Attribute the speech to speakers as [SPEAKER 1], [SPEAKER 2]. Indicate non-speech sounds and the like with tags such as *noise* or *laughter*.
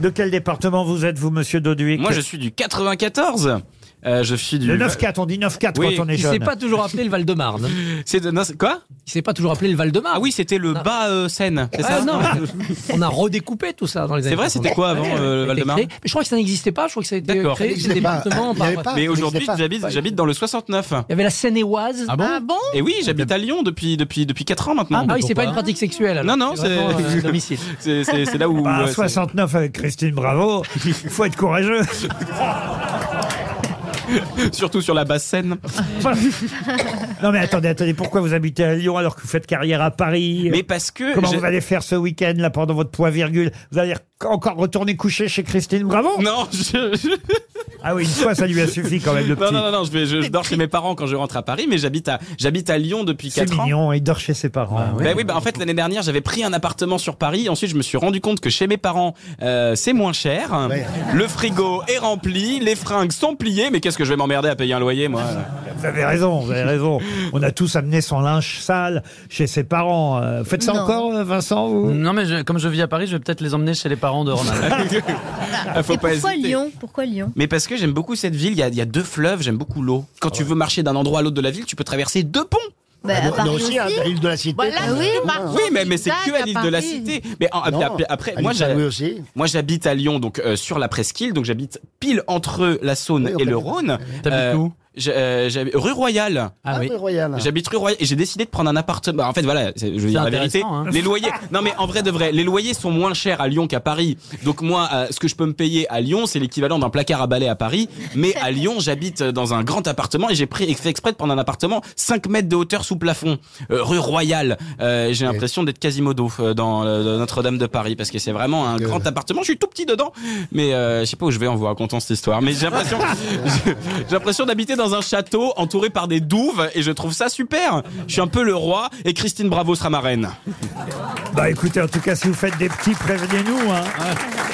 [SPEAKER 1] De quel département vous êtes, vous, monsieur Doduic
[SPEAKER 2] Moi, je suis du 94. Euh, je suis du.
[SPEAKER 1] Le 9-4, on dit 9-4
[SPEAKER 2] Oui,
[SPEAKER 1] quand on est
[SPEAKER 3] Il s'est
[SPEAKER 1] jeune.
[SPEAKER 3] pas toujours appelé le Val-de-Marne. hein.
[SPEAKER 2] C'est de- non, c'est- quoi
[SPEAKER 3] Il s'est pas toujours appelé le Val-de-Marne.
[SPEAKER 2] Ah oui, c'était le bas euh, Seine. C'est
[SPEAKER 3] Ah
[SPEAKER 2] ça
[SPEAKER 3] non, on a redécoupé tout ça dans les années.
[SPEAKER 2] C'est vrai,
[SPEAKER 3] 60.
[SPEAKER 2] c'était quoi avant euh, le
[SPEAKER 3] Ça a été
[SPEAKER 2] Val-de-Marne
[SPEAKER 3] créé. Mais je crois que ça n'existait pas. Je crois que ça a été
[SPEAKER 2] D'accord.
[SPEAKER 3] créé.
[SPEAKER 4] Il
[SPEAKER 3] C'est des
[SPEAKER 4] n'existait pas.
[SPEAKER 3] départements
[SPEAKER 4] Il y
[SPEAKER 3] par-
[SPEAKER 4] avait pas.
[SPEAKER 2] Mais
[SPEAKER 4] Ah,
[SPEAKER 2] aujourd'hui,
[SPEAKER 4] n'existait pas.
[SPEAKER 2] j'habite j'habite dans le 69.
[SPEAKER 3] Il y avait la Seine-et-Oise.
[SPEAKER 5] Ah bon Ah bon
[SPEAKER 2] Et oui, j'habite à Lyon depuis depuis depuis 4 ans maintenant.
[SPEAKER 3] Ah oui, c'est
[SPEAKER 2] Donc,
[SPEAKER 3] pas une pratique sexuelle.
[SPEAKER 2] Non,
[SPEAKER 3] alors.
[SPEAKER 2] non,
[SPEAKER 3] vraiment,
[SPEAKER 2] c'est- *laughs*
[SPEAKER 3] euh, domicile.
[SPEAKER 2] c'est c'est- c'est là où
[SPEAKER 1] Bah,
[SPEAKER 2] euh, c'est-
[SPEAKER 1] 69 avec Christine
[SPEAKER 2] *laughs*
[SPEAKER 1] Bravo, faut être courageux.
[SPEAKER 2] surtout sur la basse Seine.
[SPEAKER 1] Non mais attendez, attendez, pourquoi vous habitez à Lyon alors que vous faites carrière à Paris
[SPEAKER 2] Mais parce que
[SPEAKER 1] Comment
[SPEAKER 2] j'ai-
[SPEAKER 1] vous allez faire ce week-end là pendant votre point virgule Vous allez rec- encore retourner coucher chez Christine Bravo
[SPEAKER 2] *laughs* non, je- je-
[SPEAKER 1] Ah oui, une fois ça lui a suffi quand même le
[SPEAKER 2] *laughs* non,
[SPEAKER 1] petit.
[SPEAKER 2] non, non, non, je, vais- je- je dors chez mes parents quand je rentre à Paris, mais j'habite à j'habite à Lyon depuis
[SPEAKER 1] C'est
[SPEAKER 2] 4 ans.
[SPEAKER 1] mignon, il dort chez ses parents.
[SPEAKER 2] Ben oui, ben en fait l'année dernière j'avais pris un appartement sur Paris. Ensuite je me suis rendu compte que chez mes parents euh, c'est moins cher.
[SPEAKER 4] Ouais.
[SPEAKER 2] Le frigo est rempli, les fringues sont pliées. Mais qu'est-ce que je vais m'emmerder à payer un loyer
[SPEAKER 5] *laughs*
[SPEAKER 2] moi
[SPEAKER 1] Vous avez raison, vous avez raison. On a tous amené son linge sale chez ses parents. Euh, Faites ça
[SPEAKER 5] Non.
[SPEAKER 1] encore, euh, Vincent vous
[SPEAKER 6] Non, mais je- comme je vis à Paris, je vais peut-être les emmener chez les parents de Ronald.
[SPEAKER 2] Ah, Faut
[SPEAKER 5] Et
[SPEAKER 2] pas
[SPEAKER 5] pourquoi
[SPEAKER 2] hésiter.
[SPEAKER 5] Lyon Pourquoi Lyon
[SPEAKER 2] Mais parce que j'aime beaucoup cette ville. Il y a, il y a deux fleuves, j'aime beaucoup l'eau. Quand
[SPEAKER 4] Ah
[SPEAKER 2] tu veux marcher d'un endroit à l'autre de la ville, tu peux traverser deux ponts.
[SPEAKER 5] Bah, à
[SPEAKER 4] Nous-
[SPEAKER 5] Paris
[SPEAKER 4] nous aussi,
[SPEAKER 5] aussi.
[SPEAKER 4] à l'île de la Cité.
[SPEAKER 5] Bah oui,
[SPEAKER 2] Ah Oui, mais, mais c'est que à l'île de la Cité. Mais en-
[SPEAKER 4] Non,
[SPEAKER 2] après, après,
[SPEAKER 4] à
[SPEAKER 2] moi,
[SPEAKER 4] l'île
[SPEAKER 2] j'ai-
[SPEAKER 4] Saint-Louis aussi.
[SPEAKER 2] moi, j'habite à Lyon, donc euh, sur la presqu'île, donc j'habite pile entre la Saône
[SPEAKER 4] Oui, on
[SPEAKER 2] et le
[SPEAKER 4] peut-
[SPEAKER 2] Rhône.
[SPEAKER 6] T'habites
[SPEAKER 2] Euh,
[SPEAKER 6] où
[SPEAKER 2] j'ai- euh, j'habite- Rue Royale.
[SPEAKER 6] Ah oui.
[SPEAKER 4] oui, Royal.
[SPEAKER 2] J'habite rue Royale et j'ai décidé de prendre un appartement. En fait, voilà, c'est- je veux dire la vérité.
[SPEAKER 6] intéressant, hein.
[SPEAKER 2] Les loyers. Non, mais en vrai de vrai, les loyers sont moins chers à Lyon qu'à Paris. Donc moi, euh, ce que je peux me payer à Lyon, c'est l'équivalent d'un placard à balai à Paris. Mais à Lyon, j'habite euh, dans un grand appartement et j'ai pris fait exprès de prendre un appartement 5 mètres de hauteur sous plafond, Euh, rue Royale. Euh, j'ai l'impression d'être Quasimodo euh, dans euh, Notre-Dame de Paris parce que c'est vraiment un grand appartement. Je suis tout petit dedans, mais euh, je sais pas où je vais en vous racontant cette histoire. Mais j'ai l'impression, *laughs* j'ai l'impression d'habiter dans un château entouré par des douves et je trouve ça super. Je suis un peu le roi et Christine Bravo sera ma reine.
[SPEAKER 1] Bah écoutez, en tout cas, si vous faites des petits, prévenez-nous. Hein.